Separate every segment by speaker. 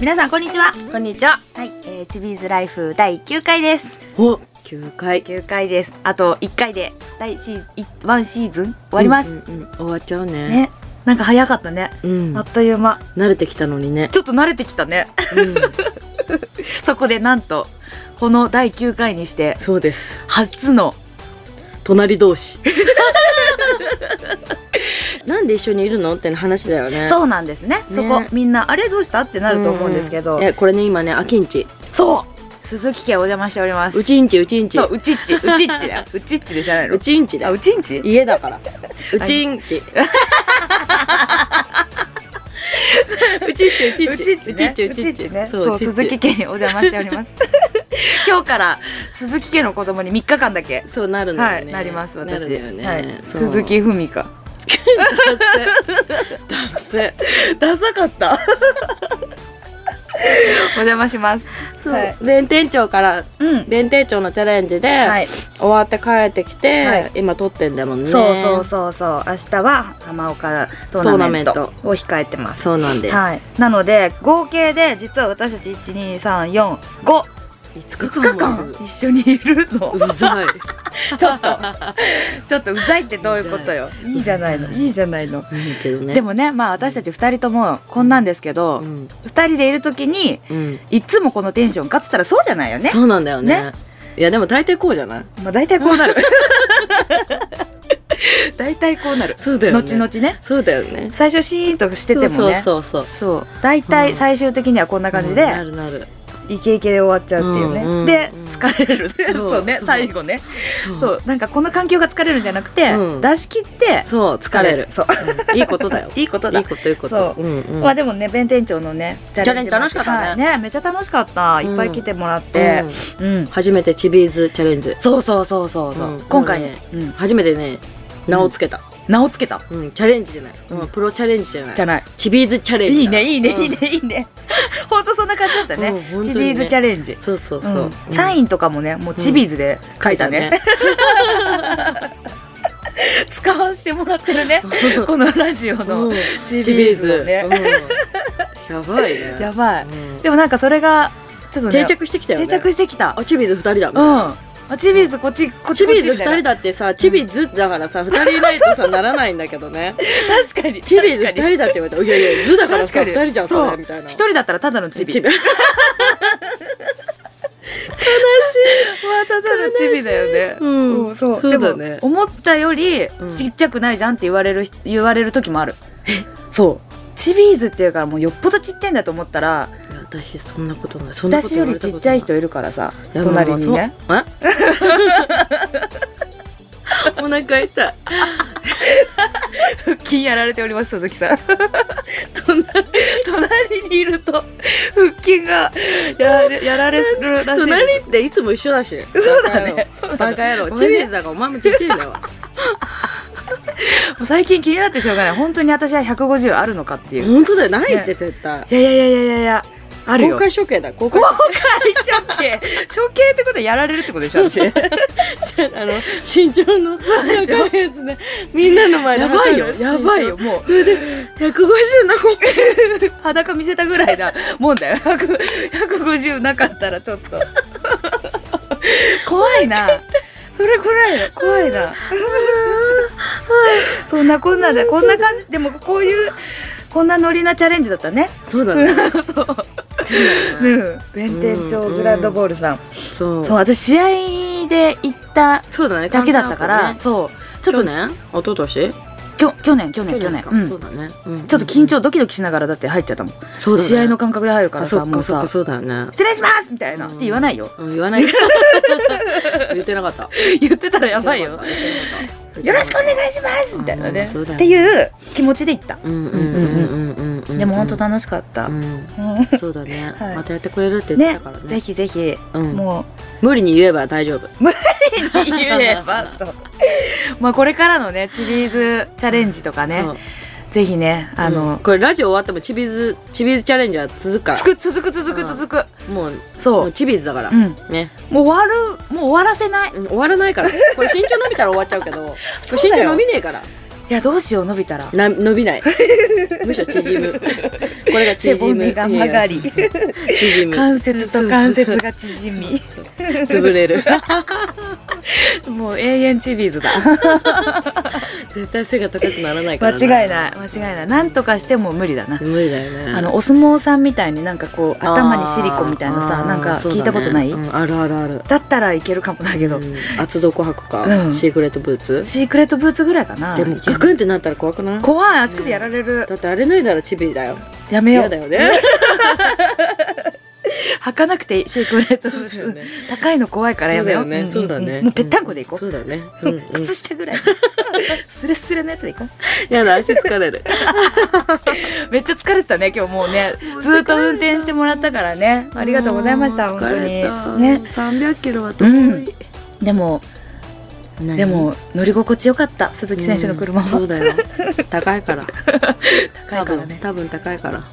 Speaker 1: 皆さんこんにちは
Speaker 2: こんにちは。
Speaker 1: はい、えー、チビーズライフ第9回です
Speaker 2: お、九回。終
Speaker 1: 9回ですあと1回で第シーいワンシーズン終わります、
Speaker 2: うんうん終わっちゃうね。
Speaker 1: ねなんか早かったね、
Speaker 2: うん
Speaker 1: あ。っという間
Speaker 2: 慣れてきたのにね。
Speaker 1: ちょっと慣れてきたね
Speaker 2: うん、
Speaker 1: そこでなんとこの第9回にして
Speaker 2: そうです。
Speaker 1: 初の
Speaker 2: 隣同 士。なんで一緒にいるのって話だよね。
Speaker 1: そうなんですねそこ
Speaker 2: ね
Speaker 1: みんなあれどうしたってなると思うんですけど、
Speaker 2: いやこれね今ねあきんち
Speaker 1: そう鈴木家お邪魔しております
Speaker 2: うちんちうちんち
Speaker 1: そううちっ ちうちっちだようちっちでじゃないうの
Speaker 2: ちんちだ
Speaker 1: あ
Speaker 2: よ
Speaker 1: うちんち
Speaker 2: 家だからうちんちうちんちうちんち
Speaker 1: うち
Speaker 2: う
Speaker 1: っ
Speaker 2: ち
Speaker 1: ち
Speaker 2: んちう
Speaker 1: ね
Speaker 2: ちんち
Speaker 1: ねそう
Speaker 2: ちんち
Speaker 1: 鈴木家にお邪魔しております 今日から鈴木家の子供に3日間だけ
Speaker 2: そうなるんだ
Speaker 1: は
Speaker 2: よ
Speaker 1: い
Speaker 2: ね
Speaker 1: なります
Speaker 2: なるん
Speaker 1: 私
Speaker 2: だよね
Speaker 1: はい
Speaker 2: そう
Speaker 1: 鈴木文香
Speaker 2: ダッセ
Speaker 1: ダサかった お邪魔しますはい
Speaker 2: そう弁天町から
Speaker 1: うん
Speaker 2: 弁天町のチャレンジで、
Speaker 1: はい
Speaker 2: 終わって帰ってきて、
Speaker 1: はい
Speaker 2: 今撮ってんだもんね
Speaker 1: そうそうそうそう明日は浜岡トーナメント
Speaker 2: トーナメ
Speaker 1: を控えてます
Speaker 2: そうなんです、
Speaker 1: はい、なので合計で実は私たち12345
Speaker 2: 5
Speaker 1: 5
Speaker 2: 日
Speaker 1: 日
Speaker 2: 間も
Speaker 1: 間一緒にいるの
Speaker 2: うざい
Speaker 1: ちょっとちょっとうざいってどういうことよいいじゃないのいいじゃない
Speaker 2: う
Speaker 1: の、
Speaker 2: んけどね
Speaker 1: でもねまあ私たち2人ともこんなんですけど、
Speaker 2: う
Speaker 1: 二
Speaker 2: ん、
Speaker 1: 2人でいる時に
Speaker 2: うん
Speaker 1: いつもこのテンションかつったらそうじゃないよね
Speaker 2: そうなんだよね
Speaker 1: ね
Speaker 2: いやでも大抵こうじゃない
Speaker 1: まあ大体こうなる大体こうなる
Speaker 2: そうだよね
Speaker 1: 後々ね
Speaker 2: そうだよね
Speaker 1: 最初シーンとしててもね
Speaker 2: そうそうそう
Speaker 1: そう大体最終的にはこんな感じで、
Speaker 2: うんなるなる
Speaker 1: イケイケで終わっちゃうっていうね、
Speaker 2: うんうん
Speaker 1: で
Speaker 2: うん
Speaker 1: 疲れる
Speaker 2: そう
Speaker 1: そうね
Speaker 2: そう
Speaker 1: 最後ね
Speaker 2: そう
Speaker 1: そうなんかこの環境が疲れるんじゃなくて、
Speaker 2: うん
Speaker 1: 出し切って
Speaker 2: そう疲れる
Speaker 1: そう
Speaker 2: いいことだよ
Speaker 1: いいことだ
Speaker 2: いいこといいこと
Speaker 1: そ
Speaker 2: うんうん
Speaker 1: まあでもね弁天町のねチ
Speaker 2: ャレンジ楽しかったね
Speaker 1: はいねめちゃ楽しかった
Speaker 2: うん
Speaker 1: いっぱい来てもらって
Speaker 2: うん
Speaker 1: うん、
Speaker 2: 初めてチビーズチャレンジ
Speaker 1: そうそうそうそうそう、
Speaker 2: うん
Speaker 1: 今回
Speaker 2: もう
Speaker 1: ね
Speaker 2: ね、
Speaker 1: うん、
Speaker 2: 初めてね名をつけた、
Speaker 1: 名をつけた
Speaker 2: うんチャレンジじゃない、
Speaker 1: うん
Speaker 2: うんプロチャレンジじゃない
Speaker 1: じゃない
Speaker 2: チビーズチャレンジ
Speaker 1: いいねいいね
Speaker 2: うん
Speaker 1: いいねいいねほんとそんな感じだったね,、
Speaker 2: うん本当にね
Speaker 1: チビーズチャレンジ
Speaker 2: そうそうそうう、
Speaker 1: んサインとかもねもうチビーズで書いたね、使わせてもらってるねこのラジオの、
Speaker 2: うん
Speaker 1: チビーズをね
Speaker 2: チビーズうんやばいね
Speaker 1: やばい、
Speaker 2: うん
Speaker 1: でもなんかそれがちょっと、ね、
Speaker 2: 定着してきたよね
Speaker 1: 定着してきた
Speaker 2: あチビーズ二人だみ
Speaker 1: う
Speaker 2: たい
Speaker 1: ん
Speaker 2: な
Speaker 1: あチビーズこっちこっち
Speaker 2: チビーズ二人
Speaker 1: だ
Speaker 2: だってさチビーズだからさ二人いないとさならないんだけど ね
Speaker 1: 確かに
Speaker 2: チビーズ二
Speaker 1: 確かに
Speaker 2: 人だって言われたらいやいやズだから
Speaker 1: 確
Speaker 2: さ
Speaker 1: かに
Speaker 2: 二人じゃん
Speaker 1: そ
Speaker 2: そうれみたいな
Speaker 1: 一人だったらただのチビ
Speaker 2: チビ
Speaker 1: まあただのチビだよね。
Speaker 2: うん
Speaker 1: んそう。
Speaker 2: そう
Speaker 1: で
Speaker 2: だ
Speaker 1: も
Speaker 2: ね
Speaker 1: 思ったより
Speaker 2: ん
Speaker 1: ちっちゃくないじゃんって言われる言われる時もある。そう。チビーズっていうからもうよっぽどちっちゃいんだと思ったら
Speaker 2: いや私そんなことないそんなこと
Speaker 1: 私よ
Speaker 2: 言われ
Speaker 1: り
Speaker 2: た
Speaker 1: ち
Speaker 2: こと
Speaker 1: っちゃい
Speaker 2: な
Speaker 1: 人いるからさ
Speaker 2: いや
Speaker 1: 隣にね。
Speaker 2: まあまあそうあお腹痛い
Speaker 1: 腹筋やられております鈴木さん 隣隣にいると腹筋がやられやられるらしいです
Speaker 2: 隣っていつも一緒だし
Speaker 1: そうだね
Speaker 2: バカ野郎
Speaker 1: ご
Speaker 2: チ
Speaker 1: めんね
Speaker 2: ビーズだからお前もちっちゃいん だわ
Speaker 1: もう最近気になってしょうがない本当に私は150あるのかっていうい
Speaker 2: 本当だよないって
Speaker 1: ね
Speaker 2: 絶対
Speaker 1: やいやいやいやいやいやあるよ
Speaker 2: 公開処刑だ公開処刑
Speaker 1: 処刑処刑ってことはやられるってことでしょ私
Speaker 2: そう
Speaker 1: や
Speaker 2: あの身長の高いやつねみんなの前で
Speaker 1: ばいよ
Speaker 2: 測る
Speaker 1: やばいよもう
Speaker 2: それで150なこ
Speaker 1: 裸見せたぐらいなもんだよ100 150なかったらちょっと怖いなそれぐらいの怖いなそんなこんなでこんな感じでもこういうこんなノリなチャレンジだったね
Speaker 2: そうだね
Speaker 1: そううん弁天町グランドボールさん、
Speaker 2: そう
Speaker 1: そう私試合で行った
Speaker 2: そうだね
Speaker 1: だけだったから、
Speaker 2: 換算アップね
Speaker 1: そう
Speaker 2: ちょっとね一昨年
Speaker 1: きょ去年去年去
Speaker 2: 去
Speaker 1: 年
Speaker 2: 年
Speaker 1: う
Speaker 2: か
Speaker 1: ん
Speaker 2: そうだねうん
Speaker 1: ちょっと緊張ドキドキしながらだって入っちゃったもん、
Speaker 2: そうだね
Speaker 1: 試合の感覚で入るから
Speaker 2: あそ
Speaker 1: さ
Speaker 2: っ
Speaker 1: もう
Speaker 2: かそっ
Speaker 1: さ
Speaker 2: かそうだよね
Speaker 1: 失礼しますみたいなって言わないよ
Speaker 2: うん言わ ない 言ってなかった
Speaker 1: 言ってたらやばい よ
Speaker 2: 言ってなかった
Speaker 1: よろしくお願いしますみたいな
Speaker 2: うん
Speaker 1: ね
Speaker 2: そうだよ
Speaker 1: っ
Speaker 2: ね
Speaker 1: ていう気持ちで行った
Speaker 2: うんうんうんうんうんうん
Speaker 1: でも本当楽しかった
Speaker 2: うん
Speaker 1: うん
Speaker 2: そうだね
Speaker 1: はい
Speaker 2: またやってくれるって言って
Speaker 1: ね
Speaker 2: たからね
Speaker 1: ぜひぜひ
Speaker 2: うん
Speaker 1: も う
Speaker 2: 無理に言えば大丈夫
Speaker 1: 言えばと まあこれからのねチビーズチャレンジとかね
Speaker 2: そう
Speaker 1: ぜひねあ
Speaker 2: うん
Speaker 1: の、
Speaker 2: これラジオ終わってもチビーズチビーズチャレンジは続くか
Speaker 1: つく続く続く続く
Speaker 2: らもうも
Speaker 1: そうう
Speaker 2: チビーズだから、
Speaker 1: うん
Speaker 2: ね
Speaker 1: もう終わるもう終わらせない
Speaker 2: うん終わらないからこれ身長伸びたら終わっちゃうけどこれ
Speaker 1: そ
Speaker 2: 身
Speaker 1: うだよ
Speaker 2: 長伸びねえから
Speaker 1: いやどうしよう伸びたら
Speaker 2: な伸 びないむしろ縮むこれが縮む
Speaker 1: 背骨が曲がり
Speaker 2: いやそうそう縮む
Speaker 1: 関節と関節が縮み
Speaker 2: そう潰れる
Speaker 1: もう永遠チビーズだ
Speaker 2: 絶対背が高くならないか
Speaker 1: 間
Speaker 2: ら
Speaker 1: 違いない間違いないなんとかしても無理だな、
Speaker 2: 無理だよね
Speaker 1: あのお相撲さんみたいになんかこう頭にシリコみたいな
Speaker 2: あ
Speaker 1: さ
Speaker 2: ー
Speaker 1: なんか
Speaker 2: そうだ
Speaker 1: 聞
Speaker 2: ね
Speaker 1: いたことないだ,、
Speaker 2: うんあるあるある
Speaker 1: ったらいけるかもだけど、
Speaker 2: うん厚底箱か、
Speaker 1: うん
Speaker 2: シークレットブーツ
Speaker 1: シークレットブーツぐらいかな
Speaker 2: でも
Speaker 1: いけ
Speaker 2: ガ
Speaker 1: る
Speaker 2: クンってなったら怖くない
Speaker 1: 怖い足首やられる、
Speaker 2: だってあれ脱いだらチビだよ
Speaker 1: やめよ
Speaker 2: 嫌
Speaker 1: う
Speaker 2: だよね
Speaker 1: 履かなくていいシークレットブーツ、高いの怖いからやめよう
Speaker 2: そうだよね
Speaker 1: ん
Speaker 2: そうだね
Speaker 1: もうぺったんこでいこう、
Speaker 2: そうだね、うんうん、
Speaker 1: 靴下ぐらい スレスレのやつでいこう
Speaker 2: やだ足疲れる
Speaker 1: めっちゃ疲れてたね今日もうねずーっと運転してもらったからね ありがとうございました
Speaker 2: うん
Speaker 1: 本当に
Speaker 2: 疲れた
Speaker 1: ね
Speaker 2: 300キロは遠い、
Speaker 1: でも
Speaker 2: 何
Speaker 1: でも乗り心地よかった鈴木選手の車
Speaker 2: うんそ
Speaker 1: も
Speaker 2: うだよ高いから
Speaker 1: 高
Speaker 2: 多
Speaker 1: いから
Speaker 2: 分
Speaker 1: ね
Speaker 2: 多分高いから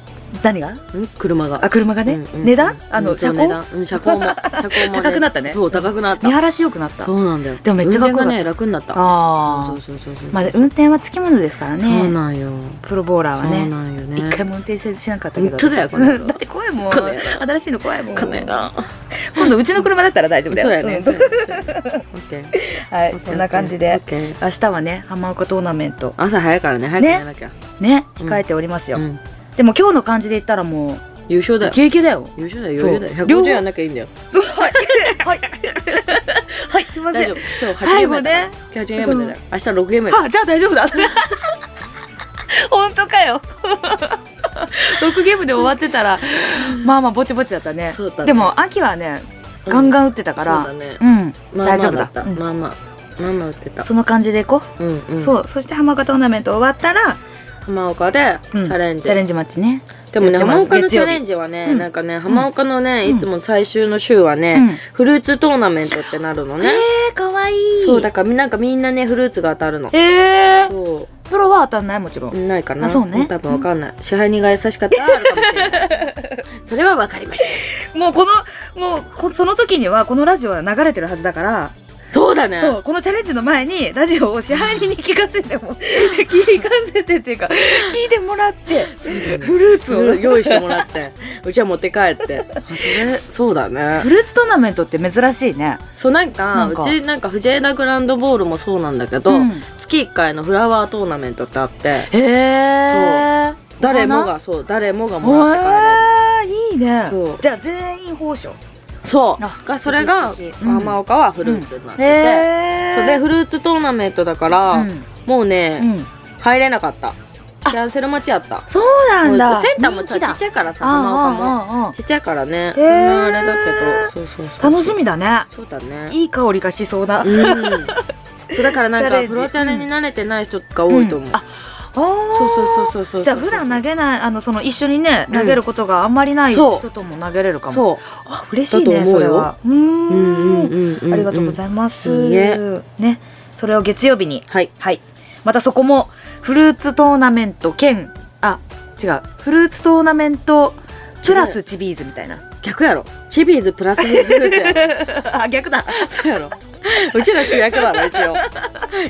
Speaker 1: 何が
Speaker 2: うん車が
Speaker 1: あ車がね
Speaker 2: うんうん
Speaker 1: 値段あ
Speaker 2: う
Speaker 1: の
Speaker 2: んそ
Speaker 1: 車
Speaker 2: う値段
Speaker 1: 高
Speaker 2: うん車高も車高もね
Speaker 1: 高くなったね
Speaker 2: そう高くなった
Speaker 1: 見晴らしよくなった
Speaker 2: そうなんだよ
Speaker 1: でもめっちゃかっこよかっ
Speaker 2: 運転
Speaker 1: た
Speaker 2: がね楽になった
Speaker 1: あ
Speaker 2: そう
Speaker 1: あ
Speaker 2: そうそうそう
Speaker 1: まあ運転はつきものですから
Speaker 2: そう
Speaker 1: ね
Speaker 2: なんよ
Speaker 1: プロボーラーは
Speaker 2: そう
Speaker 1: ね
Speaker 2: なんよね
Speaker 1: 一回も運転せずしなかったけど
Speaker 2: 本当だよこの野郎
Speaker 1: だって怖いもん
Speaker 2: この野郎
Speaker 1: 新しいの怖いもん
Speaker 2: かないな
Speaker 1: 今度うちの車だったら大丈夫だ
Speaker 2: そ
Speaker 1: よ
Speaker 2: うだよね
Speaker 1: ん
Speaker 2: そうだよね OK
Speaker 1: はいそんな感じで
Speaker 2: OK
Speaker 1: 明日はね浜岡トーナメント
Speaker 2: 朝早いからね早く寝なきゃ
Speaker 1: ね
Speaker 2: うん
Speaker 1: 控えておりますよ
Speaker 2: うん
Speaker 1: でも今日の感じで言ったらもう
Speaker 2: 優勝だ
Speaker 1: イ
Speaker 2: よ
Speaker 1: ケイケだよ
Speaker 2: 優勝だよ余裕だ
Speaker 1: そう
Speaker 2: よ
Speaker 1: 両
Speaker 2: 150
Speaker 1: 方
Speaker 2: やんなきゃいいんだよ
Speaker 1: はいはいはいすいません
Speaker 2: 大丈夫今日8ゲ
Speaker 1: 最
Speaker 2: ーム
Speaker 1: 後
Speaker 2: やから
Speaker 1: ね
Speaker 2: 今日8ゲームだよ明日6ゲームや
Speaker 1: あじゃあ大丈 夫だ本当か よ6ゲームで終わってたらまあまあぼちぼちだったね
Speaker 2: そうだね
Speaker 1: でも秋はねガンガン打ってたから、
Speaker 2: そうだね
Speaker 1: うん
Speaker 2: まあまあ
Speaker 1: 大丈夫
Speaker 2: だ
Speaker 1: だ
Speaker 2: った
Speaker 1: うん
Speaker 2: まあまあまあまあ打ってた
Speaker 1: その感じでいこ
Speaker 2: うん
Speaker 1: う、
Speaker 2: うん
Speaker 1: そうそして浜岡トーナメント終わったら、
Speaker 2: 浜岡でチ
Speaker 1: うん
Speaker 2: ャレンジ
Speaker 1: チャレンジマッチね
Speaker 2: でもね
Speaker 1: やってます
Speaker 2: 浜岡の
Speaker 1: 月
Speaker 2: チ
Speaker 1: 曜日
Speaker 2: ャレンジはね
Speaker 1: うん
Speaker 2: なんかね浜岡のね
Speaker 1: うん
Speaker 2: いつも最終の週は
Speaker 1: うん
Speaker 2: ねフルーツトーナメントってなるのね
Speaker 1: えー、かわいい
Speaker 2: そうだからみなんかみんなねフルーツが当たるの
Speaker 1: えー、
Speaker 2: そ
Speaker 1: プロは当たんないもちろん、
Speaker 2: うないかな
Speaker 1: あそうね
Speaker 2: 多分わかんない支配人が優しかったらあるかもしれないそれはわかりました
Speaker 1: もうこのもうこその時にはこのラジオは流れてるはずだから
Speaker 2: そうだね
Speaker 1: そうこのチャレンジの前にラジオを支配人に聞かせ ても聞かせてっていうか聞いてもらってフルーツ
Speaker 2: う
Speaker 1: を
Speaker 2: ん用意してもらってうちは持って帰ってあそれそうだね
Speaker 1: フルーツトーナメントって珍しいね
Speaker 2: そうなんか
Speaker 1: なんか
Speaker 2: うちなんか藤枝グランドボールもそうなんだけど、
Speaker 1: うん
Speaker 2: 月1回のフラワートーナメントってあって
Speaker 1: へえ
Speaker 2: 誰もがそう誰もがもらって帰れる
Speaker 1: いいね
Speaker 2: そう
Speaker 1: じゃあ全員報奨
Speaker 2: そう
Speaker 1: あ
Speaker 2: がそれが
Speaker 1: 素敵素敵うん
Speaker 2: 浜岡はフルーツになってて、
Speaker 1: へ
Speaker 2: それでフルーツトーナメントだから、
Speaker 1: うん
Speaker 2: もうね、
Speaker 1: うん
Speaker 2: 入れなかったキャンセル待ちやった
Speaker 1: そうなん
Speaker 2: も
Speaker 1: だ
Speaker 2: うセンターもさ
Speaker 1: 人気だ
Speaker 2: ちっちゃいからさ
Speaker 1: あ
Speaker 2: 浜岡も
Speaker 1: ああああ
Speaker 2: ちっちゃいからね、
Speaker 1: へ
Speaker 2: そん
Speaker 1: ー
Speaker 2: なあれだけどそうそうそう
Speaker 1: 楽しみだね
Speaker 2: そうだね
Speaker 1: いい香りがしそうな、あ
Speaker 2: うんそうだからなん
Speaker 1: チャレン
Speaker 2: か
Speaker 1: ジ
Speaker 2: プロチャレに慣れてない人が多いと思う、
Speaker 1: うんああ
Speaker 2: そうそうそうそうそう
Speaker 1: じゃあ普段投げないあのその一緒にね
Speaker 2: うん
Speaker 1: 投げることがあんまりない
Speaker 2: そう
Speaker 1: 人とも投げれるかも、
Speaker 2: そ
Speaker 1: あ嬉しい
Speaker 2: だ
Speaker 1: ね
Speaker 2: と思
Speaker 1: そう
Speaker 2: よ
Speaker 1: れはうー
Speaker 2: うんうんうんうんうん
Speaker 1: ありがとうございます、
Speaker 2: いいえ
Speaker 1: ねそれを月曜日に
Speaker 2: はい
Speaker 1: はいまたそこもフルーツトーナメント兼あ違うフルーツトーナメントプラスチビーズ みたいな
Speaker 2: 逆やろチビーズプラスフルーツ やろ
Speaker 1: あ逆だ
Speaker 2: そうやろうちら主役だろ 一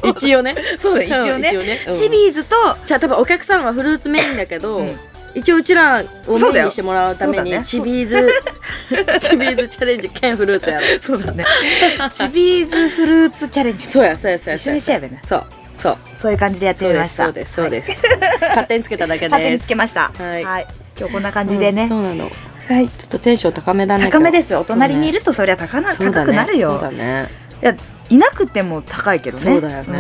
Speaker 2: 応一応ね
Speaker 1: そうだ一応ね
Speaker 2: うん応ねうん
Speaker 1: チビーズと
Speaker 2: じゃあ多分お客さんはフルーツメインだけど、
Speaker 1: うん
Speaker 2: 一応うちらをメ
Speaker 1: そう
Speaker 2: イ
Speaker 1: だ
Speaker 2: ン
Speaker 1: よ
Speaker 2: にしてもらうため
Speaker 1: そうだ
Speaker 2: に
Speaker 1: ね
Speaker 2: チビーズ、チビーズチャレンジ兼フルーツやろ
Speaker 1: そう だねチビーズフルーツチャレンジ
Speaker 2: そうやそうやそうや
Speaker 1: 一緒にしちゃえばいいな
Speaker 2: そうそう
Speaker 1: そういう感じでやって
Speaker 2: そう
Speaker 1: み
Speaker 2: で
Speaker 1: ますした
Speaker 2: そうですそうです、勝手につけただけです
Speaker 1: 勝手につけました。
Speaker 2: はい
Speaker 1: 今日こんな感じで
Speaker 2: うん
Speaker 1: ね。
Speaker 2: そうなの
Speaker 1: はい。
Speaker 2: ちょっとテンション高めだね
Speaker 1: 高めですす。お隣にいるとそりゃ高な、
Speaker 2: そうだね
Speaker 1: 高くなる
Speaker 2: そう
Speaker 1: よ
Speaker 2: だ。ね
Speaker 1: いやいなくても高いけどね。
Speaker 2: そうだよね、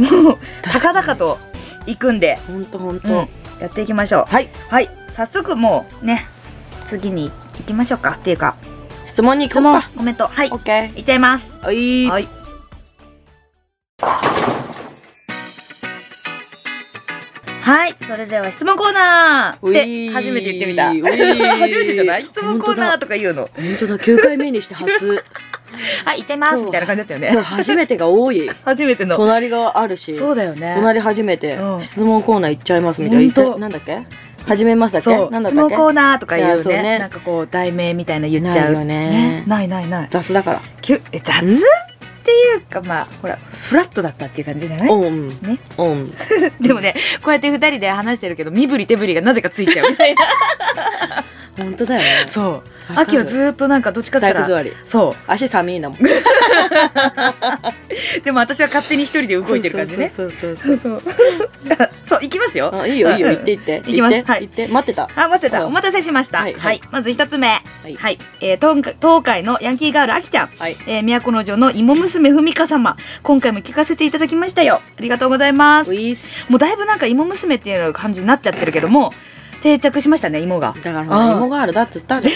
Speaker 1: うん。もう
Speaker 2: 確
Speaker 1: 高
Speaker 2: かに
Speaker 1: 々と行くんで、
Speaker 2: ほんとほんと、
Speaker 1: うんやっていきましょう。
Speaker 2: はい
Speaker 1: はい。早速もうね次に行きましょうかっていうか
Speaker 2: 質問に行
Speaker 1: 質
Speaker 2: こう
Speaker 1: 問
Speaker 2: か
Speaker 1: コメントはい
Speaker 2: オッケ
Speaker 1: 行っちゃいます。
Speaker 2: ーはい
Speaker 1: はい。はい、それでは質問コーナー
Speaker 2: う
Speaker 1: で
Speaker 2: い
Speaker 1: 初めて言ってみた。
Speaker 2: うい
Speaker 1: 初めてじゃない質問コーナ
Speaker 2: 本当
Speaker 1: ー
Speaker 2: だ
Speaker 1: とか言うの。
Speaker 2: 本当だ9回目にして初
Speaker 1: はい、行っちゃいますみたいな感じだったよ
Speaker 2: 今日
Speaker 1: ね。
Speaker 2: 初めてが多い
Speaker 1: 初めての。
Speaker 2: 隣があるし
Speaker 1: そうだよね。
Speaker 2: 隣初めて
Speaker 1: うん
Speaker 2: 質問コーナー行っちゃいますみたい
Speaker 1: ほん
Speaker 2: な
Speaker 1: と
Speaker 2: なんだっけ始めましたっ
Speaker 1: そ
Speaker 2: け
Speaker 1: う
Speaker 2: なんだっ
Speaker 1: 質
Speaker 2: たっ
Speaker 1: 問
Speaker 2: け
Speaker 1: コーナーとか言
Speaker 2: いうやそう
Speaker 1: ね
Speaker 2: ね
Speaker 1: なんかこう題名みたいな言っちゃ
Speaker 2: な
Speaker 1: う
Speaker 2: いよね
Speaker 1: ないないない
Speaker 2: 雑だから
Speaker 1: きゅえ雑っていうかまあほらフラットだったっていう感じじゃない
Speaker 2: オン
Speaker 1: ね
Speaker 2: オン
Speaker 1: でもねこうやって二人で話してるけど身振り手振りがなぜかついちゃうみたいな
Speaker 2: 本当だよ ね
Speaker 1: そう
Speaker 2: わかる
Speaker 1: 秋はずーっとなんかどっちかって言
Speaker 2: 体
Speaker 1: った
Speaker 2: 育
Speaker 1: ら
Speaker 2: 座り
Speaker 1: そ
Speaker 2: 足寒いなもん
Speaker 1: うでも私は勝手に一人で 動いてる感じね
Speaker 2: そうそうそう
Speaker 1: そうそうそう 行きますよ
Speaker 2: あいいよいいよ
Speaker 1: うん
Speaker 2: 行って行って
Speaker 1: 行きます
Speaker 2: 行って
Speaker 1: はい
Speaker 2: 行って待ってた
Speaker 1: あ、待ってた。
Speaker 2: うん
Speaker 1: お待たせしました。は。
Speaker 2: はいい
Speaker 1: まず一つ目。はいえー東海東海のヤンキーガール、あきちゃん。
Speaker 2: はい
Speaker 1: えー都の城の芋娘ふみか様。今回も聞かせていただきましたよ。ありがとうございます。
Speaker 2: ウィース
Speaker 1: もうだいぶなんか芋娘っていう感じになっちゃってるけども、定着しましたね、芋が。
Speaker 2: だからほ
Speaker 1: あ
Speaker 2: ら
Speaker 1: ー
Speaker 2: 芋があるだって言った じゃん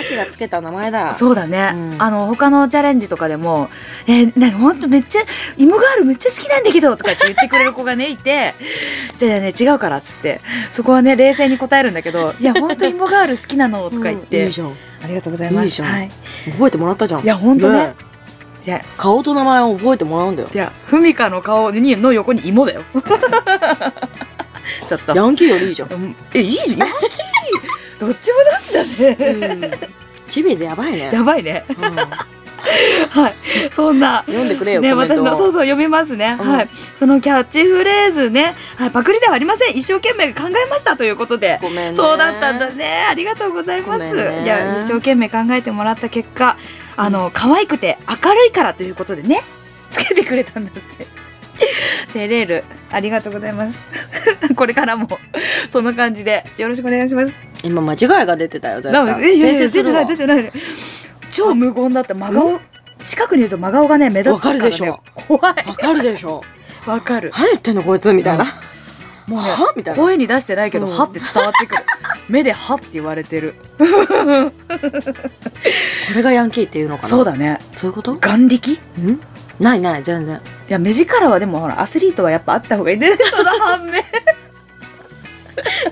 Speaker 2: 秋がつけた名前だ
Speaker 1: そうだね、
Speaker 2: うん
Speaker 1: あの他のチャレンジとかでも「えー、なんかほんとめっちゃ芋ガールめっちゃ好きなんだけど」とかって言ってくれる子がねいて 「じゃあね違うから」っつってそこはね冷静に答えるんだ けど「いやほんと芋ガール好きなの」とか言って、
Speaker 2: うんいいじゃん
Speaker 1: ありがとうございます。
Speaker 2: いいじゃん
Speaker 1: はい。
Speaker 2: 覚えてもらったじゃん
Speaker 1: いやほんとね
Speaker 2: え
Speaker 1: いや、
Speaker 2: 顔と名前を覚えてもらうんだよ
Speaker 1: いや、ふみかの顔にの横に芋 だよ。ちょっと。
Speaker 2: ヤンキーよりいいじゃん
Speaker 1: うんえ、いい じゃん。ヤンキーどっちもどっちだ
Speaker 2: う
Speaker 1: ね。
Speaker 2: んチビーズやばいね
Speaker 1: やばいね。
Speaker 2: うん
Speaker 1: はい。そんな。
Speaker 2: 読んでくれよ
Speaker 1: ね、
Speaker 2: コメント
Speaker 1: 私
Speaker 2: を
Speaker 1: のそうそう読みますね、
Speaker 2: うん
Speaker 1: はいそのキャッチフレーズね、はい、パクリではありません一生懸命考えましたということで、
Speaker 2: ごめんね
Speaker 1: そうだったんだねありがとうございま
Speaker 2: ごめ
Speaker 1: す、
Speaker 2: んね
Speaker 1: いや一生懸命考えてもらった結果あの可愛くて明るいからということでねつけてくれたんだってテレールありがとうございます これからもその感じでよろしくお願いします
Speaker 2: 今間違いが出てたよ絶
Speaker 1: な
Speaker 2: 対
Speaker 1: のでえいやいや
Speaker 2: 訂正
Speaker 1: 出
Speaker 2: す
Speaker 1: て
Speaker 2: る
Speaker 1: な
Speaker 2: わ
Speaker 1: い出てない超無言だった真顔近くにいると真顔がね目立つから、ね、
Speaker 2: わかるでしょ
Speaker 1: 怖い
Speaker 2: わかるでしょ
Speaker 1: わかる
Speaker 2: 何言ってんのこいつみたいな
Speaker 1: もう
Speaker 2: はみ
Speaker 1: ね
Speaker 2: たいな
Speaker 1: 声に出してないけど、
Speaker 2: うん
Speaker 1: はって伝わってく る目ではって言われてる
Speaker 2: これがヤンキーっていうのかな
Speaker 1: そうだね
Speaker 2: そういうことん
Speaker 1: 眼力
Speaker 2: ないない全然
Speaker 1: いや目力はでもほらアスリートはやっぱあった方がいいねその反 面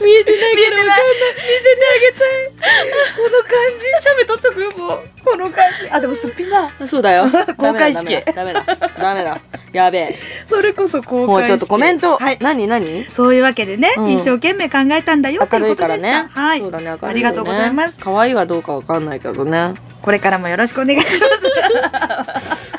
Speaker 1: 見えてない見えてない見せてあげたいこの感じ写メ撮っとくもうこの感じあでもすっぴんだ
Speaker 2: そうだよ
Speaker 1: 公開式
Speaker 2: ダメだダメだダメだやべえ
Speaker 1: それこそ公開式
Speaker 2: もうちょっとコメント、
Speaker 1: はい
Speaker 2: 何何
Speaker 1: そういうわけでね、
Speaker 2: うん
Speaker 1: 一生懸命考えたんだよと
Speaker 2: 明
Speaker 1: い
Speaker 2: る
Speaker 1: う
Speaker 2: いか
Speaker 1: こと
Speaker 2: ら
Speaker 1: でした、
Speaker 2: ね
Speaker 1: はい
Speaker 2: そうだね明るいよね
Speaker 1: ありがとうございます
Speaker 2: 可愛いはどうかわかんないけどね
Speaker 1: これからもよろしくお願いし ます。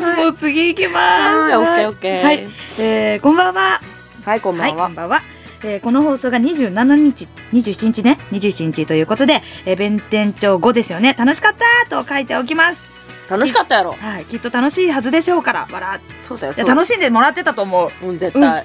Speaker 1: はい、もう次行きます。
Speaker 2: はいオッケーオッケー
Speaker 1: はい、えーこんばんは。
Speaker 2: はいこんばんは、
Speaker 1: はい、こんばんは。えーこの放送が27日、27日ね、27日ということで、えー、弁天町5ですよね。楽しかったと書いておきます。
Speaker 2: 楽しかったやろ
Speaker 1: はい、きっと楽しいはずでしょうから、わら。い
Speaker 2: そうだよ
Speaker 1: や、
Speaker 2: し
Speaker 1: 楽しんでもらってたと思う。
Speaker 2: うん絶対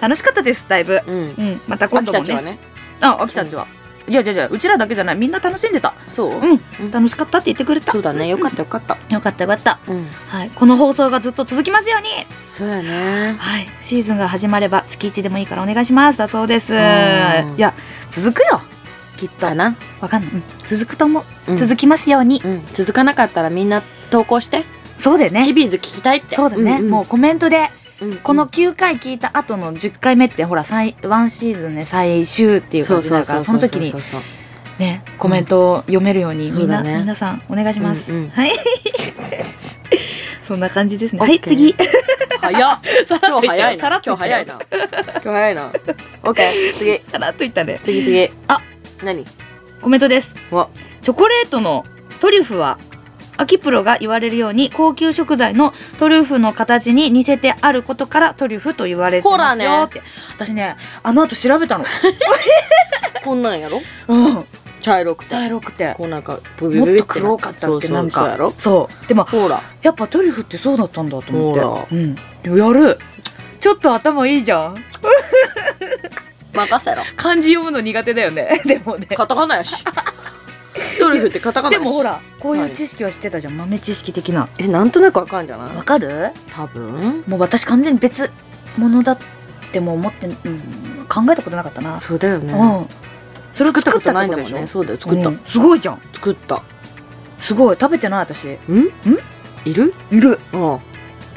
Speaker 1: 楽しかったです、だいぶ。
Speaker 2: うん、うん
Speaker 1: うん、また今
Speaker 2: 秋
Speaker 1: 度も
Speaker 2: たち
Speaker 1: ね。
Speaker 2: はね
Speaker 1: あ、秋たちは。いや、じゃじゃ、うちらだけじゃない、みんな楽しんでた。
Speaker 2: そう、
Speaker 1: うん、楽しかったって言ってくれた
Speaker 2: そ。うだねよかったよかった
Speaker 1: よかったよかった。
Speaker 2: うん
Speaker 1: はい、この放送がずっと続きますように。
Speaker 2: そうやね
Speaker 1: はい、シーズンが始まれば月一でもいいからお願いしますだそうです。い
Speaker 2: ん
Speaker 1: や、続くよ。きっと
Speaker 2: だ。な、
Speaker 1: わかんない。うん続くとも、
Speaker 2: うん
Speaker 1: 続きますように。
Speaker 2: うん、続かなかったらみんな投稿して、
Speaker 1: そうだよ
Speaker 2: チ
Speaker 1: ね。
Speaker 2: ビーズ聞きたいって
Speaker 1: そうだね、
Speaker 2: んん
Speaker 1: もうコメントで、
Speaker 2: うん
Speaker 1: この9回聞いた後の10回目ってほら最ワンシーズンね最終っていう感じになるからその時に
Speaker 2: うそうそう
Speaker 1: ねコメントを読めるように、
Speaker 2: うん
Speaker 1: みんな、
Speaker 2: そうだね
Speaker 1: 皆さんお願いします、
Speaker 2: うんうん
Speaker 1: はい そんな感じですねは
Speaker 2: オ
Speaker 1: い
Speaker 2: ッケー
Speaker 1: 次
Speaker 2: 早っ今日早い
Speaker 1: さらっ
Speaker 2: な
Speaker 1: と
Speaker 2: 今
Speaker 1: 言
Speaker 2: 日早
Speaker 1: ったよ
Speaker 2: いな今日早いなオッケー次
Speaker 1: さらっといったね
Speaker 2: 次次
Speaker 1: あ
Speaker 2: 何
Speaker 1: コメントです
Speaker 2: わ
Speaker 1: チョコレートのトリュフはアキプロが言われるように高級食材のトリュフの形に似せてあることからトリュフと言われてます
Speaker 2: ほら
Speaker 1: よ
Speaker 2: ね
Speaker 1: って、私ねあの後調べたの
Speaker 2: こんなんやろ
Speaker 1: うん
Speaker 2: 茶色くて
Speaker 1: 茶色くて
Speaker 2: こうなんかブビ
Speaker 1: も
Speaker 2: ブ
Speaker 1: っ
Speaker 2: ビ
Speaker 1: と
Speaker 2: てな
Speaker 1: 黒かった
Speaker 2: そ
Speaker 1: っ
Speaker 2: う
Speaker 1: け
Speaker 2: そう
Speaker 1: なん
Speaker 2: そうや
Speaker 1: か
Speaker 2: ろ
Speaker 1: そうでも
Speaker 2: ほら
Speaker 1: やっぱトリュフってそうだったんだと思っ
Speaker 2: ほ
Speaker 1: てうんやるちょっと頭いいじゃん
Speaker 2: 任せろ
Speaker 1: 漢字読むの苦手だよね でもね
Speaker 2: カタカナ やしトリュフってカタカナ
Speaker 1: で
Speaker 2: やし
Speaker 1: もほらこういう知識は知ってたじゃん豆知識的な
Speaker 2: えなんとなくわかんじゃな
Speaker 1: わ
Speaker 2: い
Speaker 1: かる
Speaker 2: 多分
Speaker 1: もう私完全に別物だっても思って、うん、考えたことなかったな、
Speaker 2: そうだよね
Speaker 1: うんそれを
Speaker 2: 作
Speaker 1: 作
Speaker 2: っ
Speaker 1: ったた
Speaker 2: こ
Speaker 1: ことと
Speaker 2: なん
Speaker 1: ないい
Speaker 2: だも
Speaker 1: んだも
Speaker 2: ん
Speaker 1: ん
Speaker 2: ね
Speaker 1: ね
Speaker 2: そうだよ作った、
Speaker 1: うんすごいじゃん
Speaker 2: 作った
Speaker 1: すごい食べてない私
Speaker 2: んいる
Speaker 1: いる
Speaker 2: うん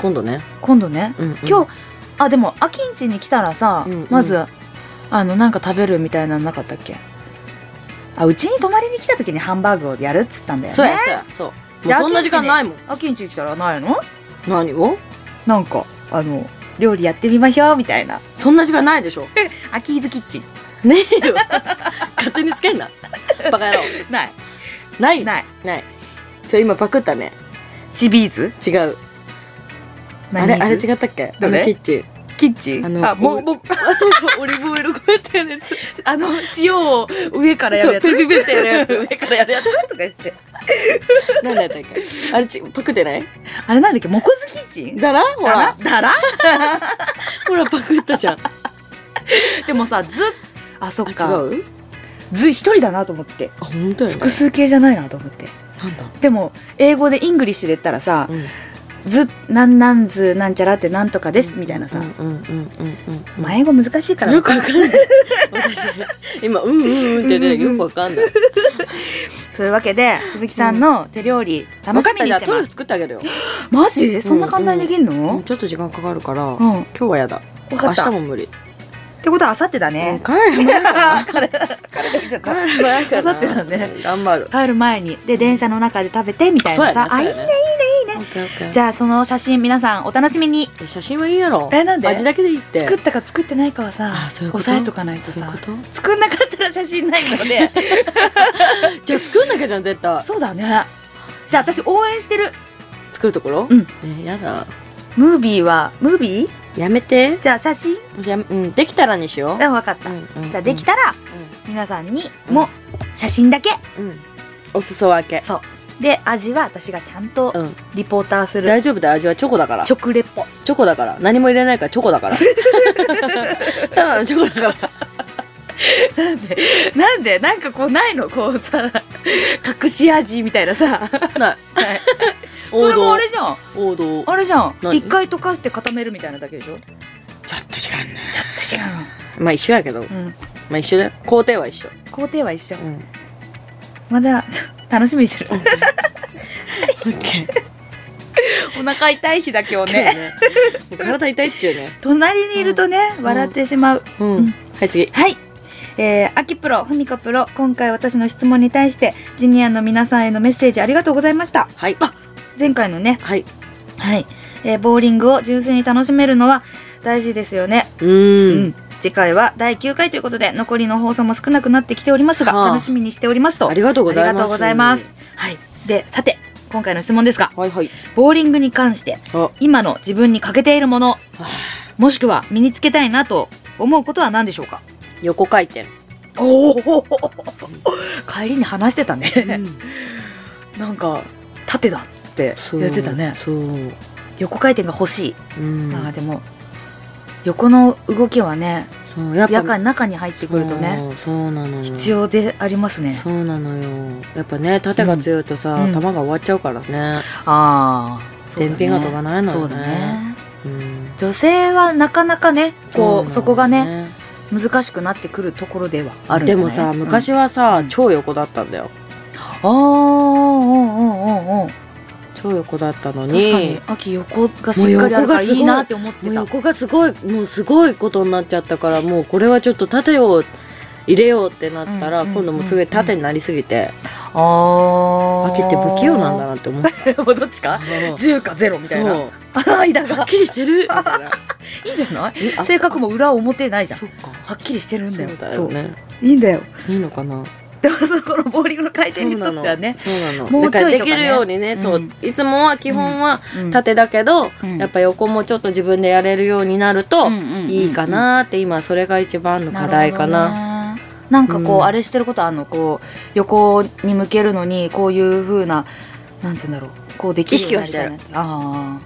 Speaker 2: 今度ね、
Speaker 1: 今度ね
Speaker 2: うんうん
Speaker 1: 今日、あでも秋んちに来たらさ、
Speaker 2: うんうん
Speaker 1: まずあのなんか食べるみたいなのなかったっけあうちに泊まりに来た時にハンバーグをやるっつったんだよ
Speaker 2: そう
Speaker 1: ね
Speaker 2: やそうやそう
Speaker 1: じゃあ
Speaker 2: もうそんな時間ないもん
Speaker 1: 秋んちに来たらないの
Speaker 2: 何を
Speaker 1: なんかあの料理やってみましょうみたいな
Speaker 2: そんな時間ないでしょ
Speaker 1: 秋伊豆キッチン
Speaker 2: ねえよ勝手につけんなバカ野郎
Speaker 1: ない
Speaker 2: ない
Speaker 1: ない
Speaker 2: ないそう今パクったね
Speaker 1: チビーズ
Speaker 2: 違うあれあれ違ったっけあ
Speaker 1: どれ
Speaker 2: のキッチン
Speaker 1: キッチン
Speaker 2: あの
Speaker 1: あもうもう
Speaker 2: あそうそうオリーブオイルこうやってやるやつ
Speaker 1: あの塩を上からやるやつ
Speaker 2: そうペペペってやるやつ
Speaker 1: 上からやるやつとか言って
Speaker 2: なんだったっけあれちパクってない
Speaker 1: あれなんだっけモコズキッチン
Speaker 2: だらほ
Speaker 1: だら
Speaker 2: ら
Speaker 1: だら
Speaker 2: ほらパクった じゃん
Speaker 1: でもさずあそっ
Speaker 2: あ
Speaker 1: か
Speaker 2: 違う
Speaker 1: ず一人だなと思って
Speaker 2: あ本当やね
Speaker 1: 複数形じゃないなと思って
Speaker 2: なんだ
Speaker 1: でも英語でイングリッシュで言ったらさ
Speaker 2: うん
Speaker 1: 「ずなんなんずなんちゃらってなんとかです」みたいなさ
Speaker 2: うんうんうんうんうん
Speaker 1: まあ英語難しいから
Speaker 2: よくわかん ない私今うんうんうんって言ってたけどよくわかんない
Speaker 1: そういうわけで鈴木さんの手料理楽
Speaker 2: 分か
Speaker 1: し
Speaker 2: っ
Speaker 1: み
Speaker 2: た
Speaker 1: に
Speaker 2: じゃ
Speaker 1: し
Speaker 2: あ
Speaker 1: て
Speaker 2: トリ
Speaker 1: ま
Speaker 2: ュ
Speaker 1: す
Speaker 2: フ作ってあげるよ
Speaker 1: マジそんな簡単にできん
Speaker 2: うん
Speaker 1: の
Speaker 2: ちょっと時間かかるから
Speaker 1: う
Speaker 2: 今
Speaker 1: ん
Speaker 2: 日はやだ
Speaker 1: 分か
Speaker 2: 明
Speaker 1: った
Speaker 2: 日
Speaker 1: っ
Speaker 2: も無理
Speaker 1: てことはあさってだ
Speaker 2: うん
Speaker 1: ね
Speaker 2: 帰 る前かな
Speaker 1: 疲れちゃっ
Speaker 2: 帰
Speaker 1: た
Speaker 2: る 前か
Speaker 1: 明
Speaker 2: な
Speaker 1: 後日だね
Speaker 2: 頑張る
Speaker 1: 帰る前にで電車の中で食べてみたいなさあいいね
Speaker 2: いいねいいね
Speaker 1: じゃあその写真皆さんお楽しみに
Speaker 2: ゃ写真はいいやろ
Speaker 1: えなんで
Speaker 2: 味だけでいいって
Speaker 1: 作ったか作ってないかはさ
Speaker 2: あそういうこと
Speaker 1: 押さえとかないと
Speaker 2: そういう
Speaker 1: さ
Speaker 2: こと
Speaker 1: 作んなかったら写真ないので
Speaker 2: じゃあ作んなきゃじゃん絶対
Speaker 1: そうだねじゃあ私応援してる
Speaker 2: 作るところ
Speaker 1: うん
Speaker 2: ねやだ
Speaker 1: ムービーはムービー
Speaker 2: やめて
Speaker 1: じゃあ写真
Speaker 2: やうんできたらにしよ
Speaker 1: あ分かっ
Speaker 2: う
Speaker 1: た、
Speaker 2: うんうんうん
Speaker 1: じゃあできたら皆さんにも写真だけ
Speaker 2: うんうんお裾分け
Speaker 1: そうで味は私がちゃんと
Speaker 2: うん
Speaker 1: リポーターする
Speaker 2: 大丈夫だよ味はチョコだからチ
Speaker 1: 食レポ
Speaker 2: ョコだから何も入れないからチョコだ からただのチョコだから
Speaker 1: なんでなんでなんかこうないのこうさ隠し味みたいなさ
Speaker 2: ない
Speaker 1: そ
Speaker 2: 王
Speaker 1: れも
Speaker 2: 道
Speaker 1: あれじゃん
Speaker 2: 王道
Speaker 1: あれじゃん
Speaker 2: 何
Speaker 1: 一回溶かして固めるみたいなだけでしょちょっ
Speaker 2: ちょっと違うんだ
Speaker 1: と違
Speaker 2: なまあ一緒やけど
Speaker 1: うの、うん、
Speaker 2: まあ一緒だよ工程は一緒
Speaker 1: 工程は一緒
Speaker 2: うん
Speaker 1: まだ楽しみにしてる
Speaker 2: オッケー
Speaker 1: お腹痛い日だ今日
Speaker 2: だよ
Speaker 1: ね
Speaker 2: ねもう 体痛いっちゅうね
Speaker 1: 隣にいるとね、笑ってしまう
Speaker 2: うん、
Speaker 1: うん
Speaker 2: はい次
Speaker 1: はい。えー、アキプロ、ふみかプロ、今回私の質問に対して、ジュニアの皆さんへのメッセージありがとうございました。
Speaker 2: はい
Speaker 1: あ前回のね、
Speaker 2: はい
Speaker 1: はい。えー、ボーリングを純粋に楽しめるのは大事ですよね。
Speaker 2: うーん
Speaker 1: うん次回は第9回ということで、残りの放送も少なくなってきておりますが、
Speaker 2: はあ
Speaker 1: 楽しみにしておりますと。
Speaker 2: ありがとうございます
Speaker 1: ありがとうございます。はい。で、さて、今回の質問ですが、
Speaker 2: はいはい
Speaker 1: ボーリングに関して、
Speaker 2: あ、は
Speaker 1: 今の自分に欠けているもの、
Speaker 2: あ
Speaker 1: もしくは身につけたいなと思うことは何でしょうか
Speaker 2: 横回転、
Speaker 1: おお 帰りに話してたね、
Speaker 2: ん、
Speaker 1: なんか縦だっつって言ってたね
Speaker 2: そう、うん
Speaker 1: 横回転が欲しい、まあでも横の動きはね
Speaker 2: そうやっぱ
Speaker 1: 夜間中に入ってくるとね
Speaker 2: そうそうなのよ
Speaker 1: 必要でありますね
Speaker 2: そうなのよやっぱね縦が強いとさ、
Speaker 1: うん
Speaker 2: 球が終わっちゃうからね、
Speaker 1: ああそうだね
Speaker 2: 天品が飛ばないの
Speaker 1: そ
Speaker 2: よね
Speaker 1: うだね
Speaker 2: うん、
Speaker 1: 女性はなかなかねこうそこがね
Speaker 2: ね
Speaker 1: 難しくなってくるところではあるん
Speaker 2: で
Speaker 1: じゃない
Speaker 2: もさ
Speaker 1: うん
Speaker 2: 昔はさ、
Speaker 1: うん
Speaker 2: 超横だったんだよ
Speaker 1: ああうんうんうんうん
Speaker 2: 超横だったの
Speaker 1: 確か
Speaker 2: に
Speaker 1: に秋横がしっかりあるからいいなって思って
Speaker 2: もう
Speaker 1: た
Speaker 2: 横がすごいもうすごいことになっちゃったからもうこれはちょっと縦を入れようってなったら、
Speaker 1: うんうん
Speaker 2: 今度もうすごい縦になりすぎて、
Speaker 1: あ
Speaker 2: 秋って不器用なんだなって思った
Speaker 1: もうどっちか10か0みた いな
Speaker 2: そう
Speaker 1: あの 間
Speaker 2: は
Speaker 1: が
Speaker 2: っきりしてるみ たいな
Speaker 1: いいんじゃない
Speaker 2: えあ
Speaker 1: 性格も裏表ないじゃん
Speaker 2: そっか
Speaker 1: はっきりしてるんだよ
Speaker 2: そうだよね
Speaker 1: そういいんだよ
Speaker 2: いいのかな
Speaker 1: でもそこのボーリングの回
Speaker 2: そ
Speaker 1: 転
Speaker 2: う
Speaker 1: に
Speaker 2: な
Speaker 1: と
Speaker 2: の
Speaker 1: ってはね
Speaker 2: そうなの
Speaker 1: もうちょいとか
Speaker 2: だから
Speaker 1: ね
Speaker 2: できるようにね、そううんいつもは基本は
Speaker 1: て
Speaker 2: 縦だけど、
Speaker 1: うん
Speaker 2: やっぱ横もちょっと自分でやれるようになるといいかなって今それが一番の課題かな
Speaker 1: ななんかこう
Speaker 2: うん
Speaker 1: あれしてることあんのこう横に向けるのにこういう風ななんつうんだろうこうできるようになりたいな
Speaker 2: 意
Speaker 1: あ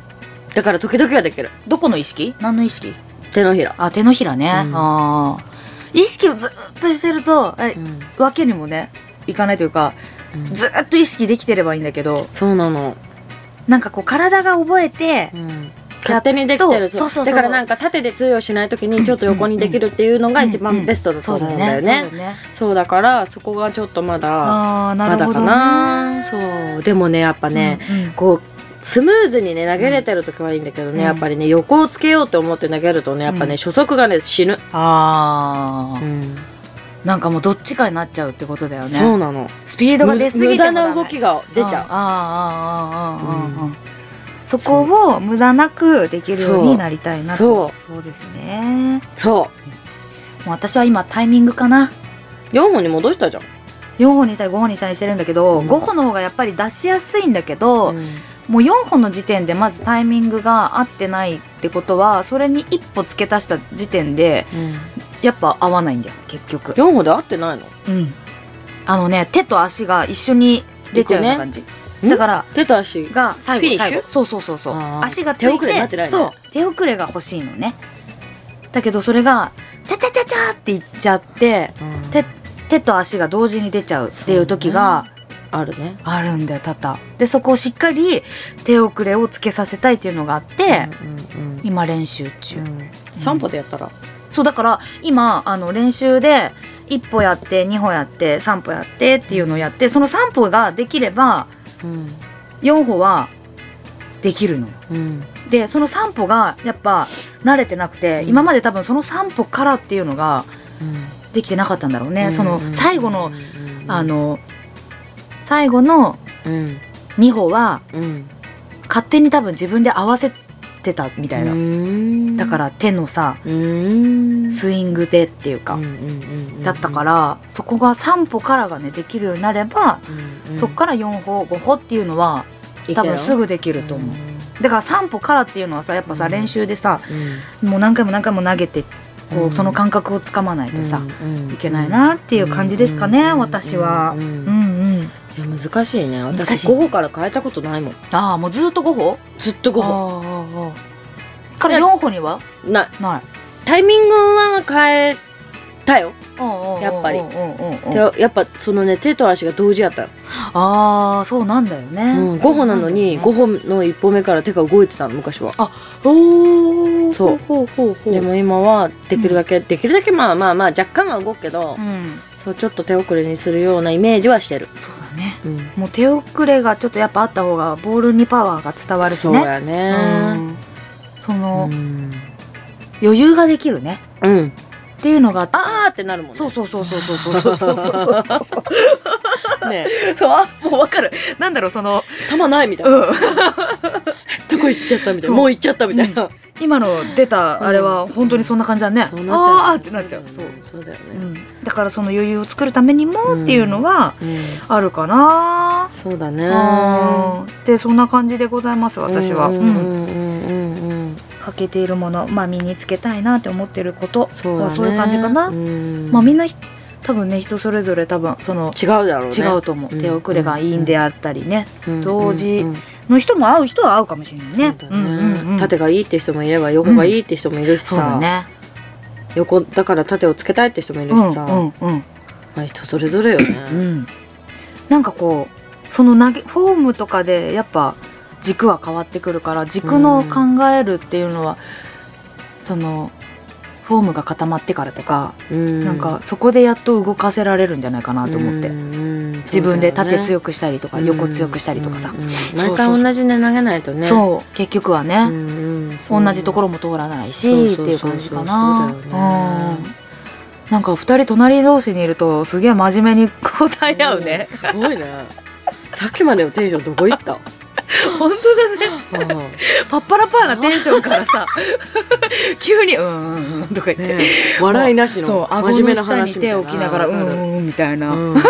Speaker 2: だから時々はできる
Speaker 1: あどこの意識何の意識
Speaker 2: 手のひら、
Speaker 1: あ手のひらね、
Speaker 2: うん
Speaker 1: ああ意識をずーっとしてるとえ
Speaker 2: うん
Speaker 1: わけにもねいかないというか
Speaker 2: うん
Speaker 1: ずーっと意識できてればいいんだけど
Speaker 2: そうなの、
Speaker 1: なんかこう体が覚えて
Speaker 2: うん勝手にできてる
Speaker 1: そうそうそう
Speaker 2: だからなんか縦で通用しない時にちょっと横にできるっていうのが一番ベストだと思うんだよね
Speaker 1: そうだね
Speaker 2: そうだからそこがちょっとまだ
Speaker 1: ああな
Speaker 2: ま
Speaker 1: る
Speaker 2: だ
Speaker 1: ほ
Speaker 2: か
Speaker 1: どね
Speaker 2: なそうでもねやっぱね、
Speaker 1: うんうん
Speaker 2: こうスムーズにね投げれてる時はいいんだけどね、
Speaker 1: うん
Speaker 2: やっぱりね横をつけようと思って投げるとねやっぱね、
Speaker 1: うん
Speaker 2: 初速がね死ぬ、
Speaker 1: ああ、
Speaker 2: うん
Speaker 1: なんかもうどっちかになっちゃうってことだよね
Speaker 2: そうなの
Speaker 1: スピードが出すぎて
Speaker 2: 無
Speaker 1: も
Speaker 2: 駄
Speaker 1: ダメ
Speaker 2: な動きが出ちゃう
Speaker 1: あーあーあーあーあーあー
Speaker 2: う
Speaker 1: そこを無駄なくできるようになりたいなと
Speaker 2: そ
Speaker 1: そうですね
Speaker 2: そ
Speaker 1: もう私は今タイミングかな
Speaker 2: う4本に戻したじゃん
Speaker 1: 4本にしたり5本にしたりしてるんだけど、
Speaker 2: うん
Speaker 1: 5本の方がやっぱり出しやすいんだけど、
Speaker 2: うん
Speaker 1: もう4本の時点でまずタイミングが合ってないってことはそれに一歩付け足した時点でやっぱ合わないんだよ結局、
Speaker 2: 4歩で合ってないの
Speaker 1: うん、あのね手と足が一緒に出ちゃうような感じ、
Speaker 2: ね
Speaker 1: だから
Speaker 2: 手と足
Speaker 1: が最
Speaker 2: フ
Speaker 1: 後
Speaker 2: ィニッシュ
Speaker 1: 最後そうそうそうそう
Speaker 2: あー
Speaker 1: 足がついて
Speaker 2: 手遅れになってないね
Speaker 1: そう手遅れが欲しいのねだけどそれがチャチャチャチャっていっちゃって
Speaker 2: うん
Speaker 1: 手手と足が同時に出ちゃうっていう時が
Speaker 2: あるね
Speaker 1: あるんだよ多々でそこをしっかり手遅れをつけさせたいっていうのがあって、
Speaker 2: うんうん
Speaker 1: 今練習中、
Speaker 2: うん3歩でやったら
Speaker 1: そうだから今あの練習で一歩やって二歩やって三歩やってっていうのをやってその三歩ができれば
Speaker 2: うん
Speaker 1: 四歩はできるの
Speaker 2: うん
Speaker 1: でその散歩がやっぱ慣れてなくて、
Speaker 2: うん
Speaker 1: 今まで多分その散歩からっていうのができてなかったんだろうね、その最後の、あの最後の
Speaker 2: うん
Speaker 1: 2歩は
Speaker 2: うん
Speaker 1: 勝手に多分自分で合わせてたみたいな、
Speaker 2: うん
Speaker 1: だから手のさ
Speaker 2: うん
Speaker 1: スイングでっていうか、
Speaker 2: うんうんうんうん
Speaker 1: だったからそこが散歩からがねできるようになれば、
Speaker 2: うんうん
Speaker 1: そっから4歩5歩っていうのは多分す
Speaker 2: い
Speaker 1: ぐでき
Speaker 2: け
Speaker 1: ると思う、
Speaker 2: ん
Speaker 1: だから散歩からっていうのはさやっぱさ、
Speaker 2: うん
Speaker 1: 練習でさ
Speaker 2: うん
Speaker 1: もう何回も何回も投げてこう、
Speaker 2: うん
Speaker 1: その感覚をつかまないとさ、
Speaker 2: うんうん
Speaker 1: いけないなっていう感じですかね、私は
Speaker 2: うん。
Speaker 1: う
Speaker 2: うん
Speaker 1: んうん。
Speaker 2: いや難しいね
Speaker 1: 難しい
Speaker 2: 私午後から変えたことないもん
Speaker 1: ああ、もうずっと5歩
Speaker 2: ずっと
Speaker 1: 五
Speaker 2: 午後
Speaker 1: 歩。から4歩には
Speaker 2: ない
Speaker 1: ない。
Speaker 2: タイミングは変えたよやっぱり
Speaker 1: うんうんうんうん
Speaker 2: でやっぱそのね手と足が同時やったの、
Speaker 1: ああ、そうなんだよね。
Speaker 2: うん、5歩なのに5
Speaker 1: 歩。
Speaker 2: 歩の1歩目から手が動いてたの昔は
Speaker 1: おお。
Speaker 2: そう
Speaker 1: ほうほうほう。
Speaker 2: でも今はできるだけ、できるだけまあまあまあ若干は動くけど、
Speaker 1: うん。
Speaker 2: そうちょっと手遅れにするようなイメージはしてる、
Speaker 1: そうだね。
Speaker 2: うん、
Speaker 1: もう手遅れがちょっとやっぱあった方がボールにパワーが伝わるし
Speaker 2: そう
Speaker 1: ね。
Speaker 2: や
Speaker 1: う
Speaker 2: ね
Speaker 1: んそ
Speaker 2: うん、
Speaker 1: の余裕ができるね
Speaker 2: うん
Speaker 1: っていうのがあって。
Speaker 2: あーってなるもんね
Speaker 1: そうそうそうそうそうそうそうそうそう。
Speaker 2: ね
Speaker 1: そうあもうわかる。なんだろうその
Speaker 2: 弾ないみたいな、
Speaker 1: うん。
Speaker 2: どこ行っちゃったみたい
Speaker 1: そう
Speaker 2: なもう行っちゃったみたいな、
Speaker 1: 今の出たあれは本当にそんな感じだね。
Speaker 2: そう
Speaker 1: ああ
Speaker 2: な
Speaker 1: ーってなっちゃう。そう。
Speaker 2: そうだよ
Speaker 1: う
Speaker 2: ね
Speaker 1: ん。だからその余裕を作るためにもっていうのは
Speaker 2: うん
Speaker 1: あるかな。
Speaker 2: そうだね
Speaker 1: うん。でそんな感じでございます私は。
Speaker 2: う
Speaker 1: うん
Speaker 2: うんう
Speaker 1: ん。
Speaker 2: んうんうん
Speaker 1: 欠けているものまあ身につけたいなって思ってること
Speaker 2: そうだ
Speaker 1: は
Speaker 2: ね
Speaker 1: そういう感じかな
Speaker 2: う。ん
Speaker 1: まあみんなひ多分ね人それぞれ多分その
Speaker 2: 違うだろうね
Speaker 1: 違うと思う。
Speaker 2: うん
Speaker 1: 手遅れがいいんであったりね。
Speaker 2: うん
Speaker 1: 同時
Speaker 2: うんうん
Speaker 1: の人も合う人は合うかもしれないね。
Speaker 2: そうだ
Speaker 1: うんうんうん。
Speaker 2: 縦がいいって人もいれば横がいいって人もいるし
Speaker 1: そうだ
Speaker 2: さ
Speaker 1: ね。
Speaker 2: 横だから縦をつけたいって人もいる
Speaker 1: うん
Speaker 2: し
Speaker 1: う
Speaker 2: さ
Speaker 1: んうん。
Speaker 2: まあ人それぞれよ
Speaker 1: う
Speaker 2: ね
Speaker 1: ん、なんかこうその投げフォームとかでやっぱ軸は変わってくるから軸の考えるっていうのは、そのフォームが固まってからとか、
Speaker 2: な
Speaker 1: なんかそこでやっと動かせられるんじゃないかなと思って、自分で縦強くしたりとか、横強くしたりとかさ、
Speaker 2: 毎回同じね投げないとね
Speaker 1: そう結局は
Speaker 2: う
Speaker 1: ね、
Speaker 2: んうん
Speaker 1: 同じところも通らないし、
Speaker 2: そう
Speaker 1: っていう感じか
Speaker 2: そ
Speaker 1: な。
Speaker 2: うそうそうそうだよね
Speaker 1: うんなんか二人隣同士にいるとすげえ真面目に答え合うね
Speaker 2: ん、すごいねさっきまでのテンションどこ行った、
Speaker 1: 本当だね
Speaker 2: う
Speaker 1: パッパラパーなテンションか らさ急に「うんうんうん」とか言
Speaker 2: ん
Speaker 1: って、
Speaker 2: ねえ笑いなしの
Speaker 1: そう顎
Speaker 2: 真面目
Speaker 1: の
Speaker 2: な
Speaker 1: 下
Speaker 2: 話みたい
Speaker 1: に手
Speaker 2: な
Speaker 1: を置きながら「う
Speaker 2: わ
Speaker 1: ん
Speaker 2: かる
Speaker 1: うんうん」みたいな、
Speaker 2: うんうんうんわか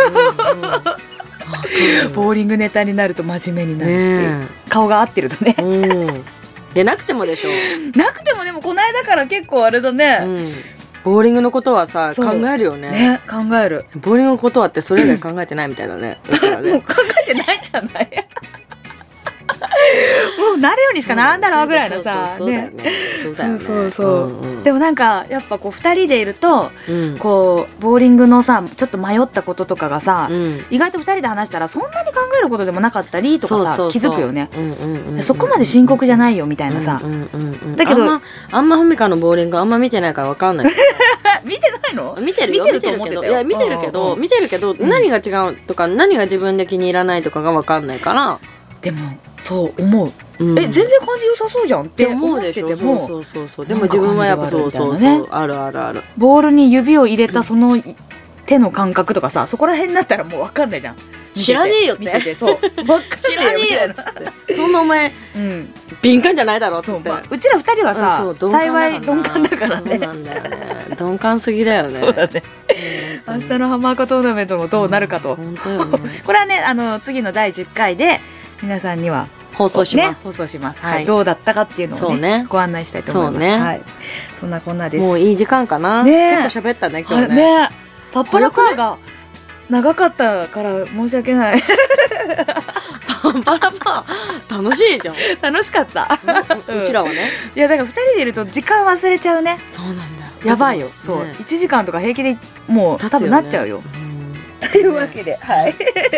Speaker 2: る
Speaker 1: ボーリングネタになると真面目になるっていう、
Speaker 2: ね
Speaker 1: 顔が合ってるとね
Speaker 2: えうんでなくてもでしょ、
Speaker 1: なくてもでもこの間から結構あれだ
Speaker 2: う
Speaker 1: ね、
Speaker 2: ん、ボーリングのことはさ
Speaker 1: そ
Speaker 2: 考
Speaker 1: う
Speaker 2: えるよね
Speaker 1: ね考える
Speaker 2: ボーリングのことはってそれ以外考えてないみたいだねうちら
Speaker 1: もう
Speaker 2: ね
Speaker 1: 考えてないじゃない もうなるようにしかならんだろうぐらいのさ
Speaker 2: そうだよ
Speaker 1: ね
Speaker 2: ねそうだよね
Speaker 1: そうそうそう
Speaker 2: うんうん
Speaker 1: でもなんかやっぱこう2人でいると
Speaker 2: うん
Speaker 1: こうボーリングのさちょっと迷ったこととかがさ、
Speaker 2: うん
Speaker 1: 意外と2人で話したらそんなに考えることでもなかったりとかさ
Speaker 2: そうそうそう
Speaker 1: 気づくよね、
Speaker 2: うんうんうんうん
Speaker 1: そこまで深刻じゃないよみたいなさ、
Speaker 2: うんうんうんうん
Speaker 1: だけど
Speaker 2: あんまあんまふみかのボーリングあんま見てないからわかんない
Speaker 1: 見てないの
Speaker 2: 見てるよ
Speaker 1: 見てると思って
Speaker 2: け
Speaker 1: た
Speaker 2: ど
Speaker 1: よ
Speaker 2: いや見てるけ
Speaker 1: うんうん
Speaker 2: ど
Speaker 1: うん
Speaker 2: 見てるけど
Speaker 1: ん
Speaker 2: 何が違うとか何が自分で気に入らないとかがわかんないから、
Speaker 1: でもそう思う、
Speaker 2: うん
Speaker 1: え全然感じ良さそうじゃんっ
Speaker 2: って
Speaker 1: て
Speaker 2: 思
Speaker 1: 思っ
Speaker 2: うで
Speaker 1: て
Speaker 2: してょ
Speaker 1: も
Speaker 2: そうそうそうそうでも自分はやっぱそうそう
Speaker 1: な
Speaker 2: そ
Speaker 1: ん
Speaker 2: うあるあるある
Speaker 1: ボールに指を入れたその手の感覚とかさそこら辺になったらもう分かんないじゃん見てて
Speaker 2: 知らねえよって
Speaker 1: 見ててそう分かんないよ
Speaker 2: 知らねえよっ
Speaker 1: み
Speaker 2: つってそんなお前
Speaker 1: たいなうん
Speaker 2: 敏感じゃないだろっつ
Speaker 1: そう
Speaker 2: って
Speaker 1: まあうちら二人はさ、
Speaker 2: うんそう
Speaker 1: 幸い鈍感だから
Speaker 2: そう
Speaker 1: ね
Speaker 2: なんだよね鈍感すぎだよね
Speaker 1: そうだね
Speaker 2: 当
Speaker 1: 明
Speaker 2: に
Speaker 1: 日のハマーカトーナメントもどうなるかと、
Speaker 2: 本当よね
Speaker 1: これはねあの次の第10回で皆さんには
Speaker 2: 放送します、
Speaker 1: ね、放送します、はい
Speaker 2: はい
Speaker 1: どうだったかっていうのを
Speaker 2: そう
Speaker 1: ね
Speaker 2: ね
Speaker 1: ご案内したいと思います
Speaker 2: そうね
Speaker 1: はい、そんなこんなです
Speaker 2: もういい時間かな、
Speaker 1: ねえ
Speaker 2: 結構喋ったね今
Speaker 1: は
Speaker 2: 日ね
Speaker 1: い ねパッパラカーが長かったから申し訳ない
Speaker 2: パンパラパン楽しいじゃん
Speaker 1: 楽しかった
Speaker 2: うちらはね
Speaker 1: いやだから2人でいると時間忘れちゃうね
Speaker 2: そうなんだよ
Speaker 1: やばいよそう、
Speaker 2: ね
Speaker 1: 1時間とか平気でもう、
Speaker 2: 立つよ
Speaker 1: 多
Speaker 2: ね
Speaker 1: 分なっちゃうよ
Speaker 2: うん
Speaker 1: というわけで、はい、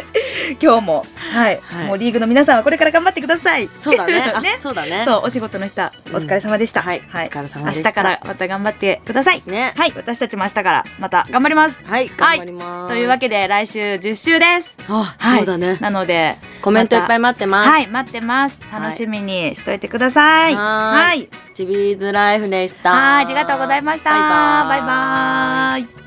Speaker 1: 今日も、はい
Speaker 2: はい
Speaker 1: もうリーグの皆さんはこれから頑張ってください
Speaker 2: そうだねあ
Speaker 1: ね
Speaker 2: そうだね
Speaker 1: そうお仕事の人はお疲れ様でした、
Speaker 2: うんはいお疲れ様でした
Speaker 1: 明日からまた頑張ってください
Speaker 2: ね
Speaker 1: はい私たちも明日からまた頑張ります
Speaker 2: はい頑張ります、
Speaker 1: というわけで来週10週です
Speaker 2: あ、
Speaker 1: はい
Speaker 2: そうだね
Speaker 1: なので
Speaker 2: コメントいっぱい待ってます、
Speaker 1: はい待ってます
Speaker 2: はい
Speaker 1: 楽しみにしといてください
Speaker 2: はーい
Speaker 1: はい
Speaker 2: チビーズライフでした
Speaker 1: はいありがとうございました
Speaker 2: バイバーイ
Speaker 1: バイバーイ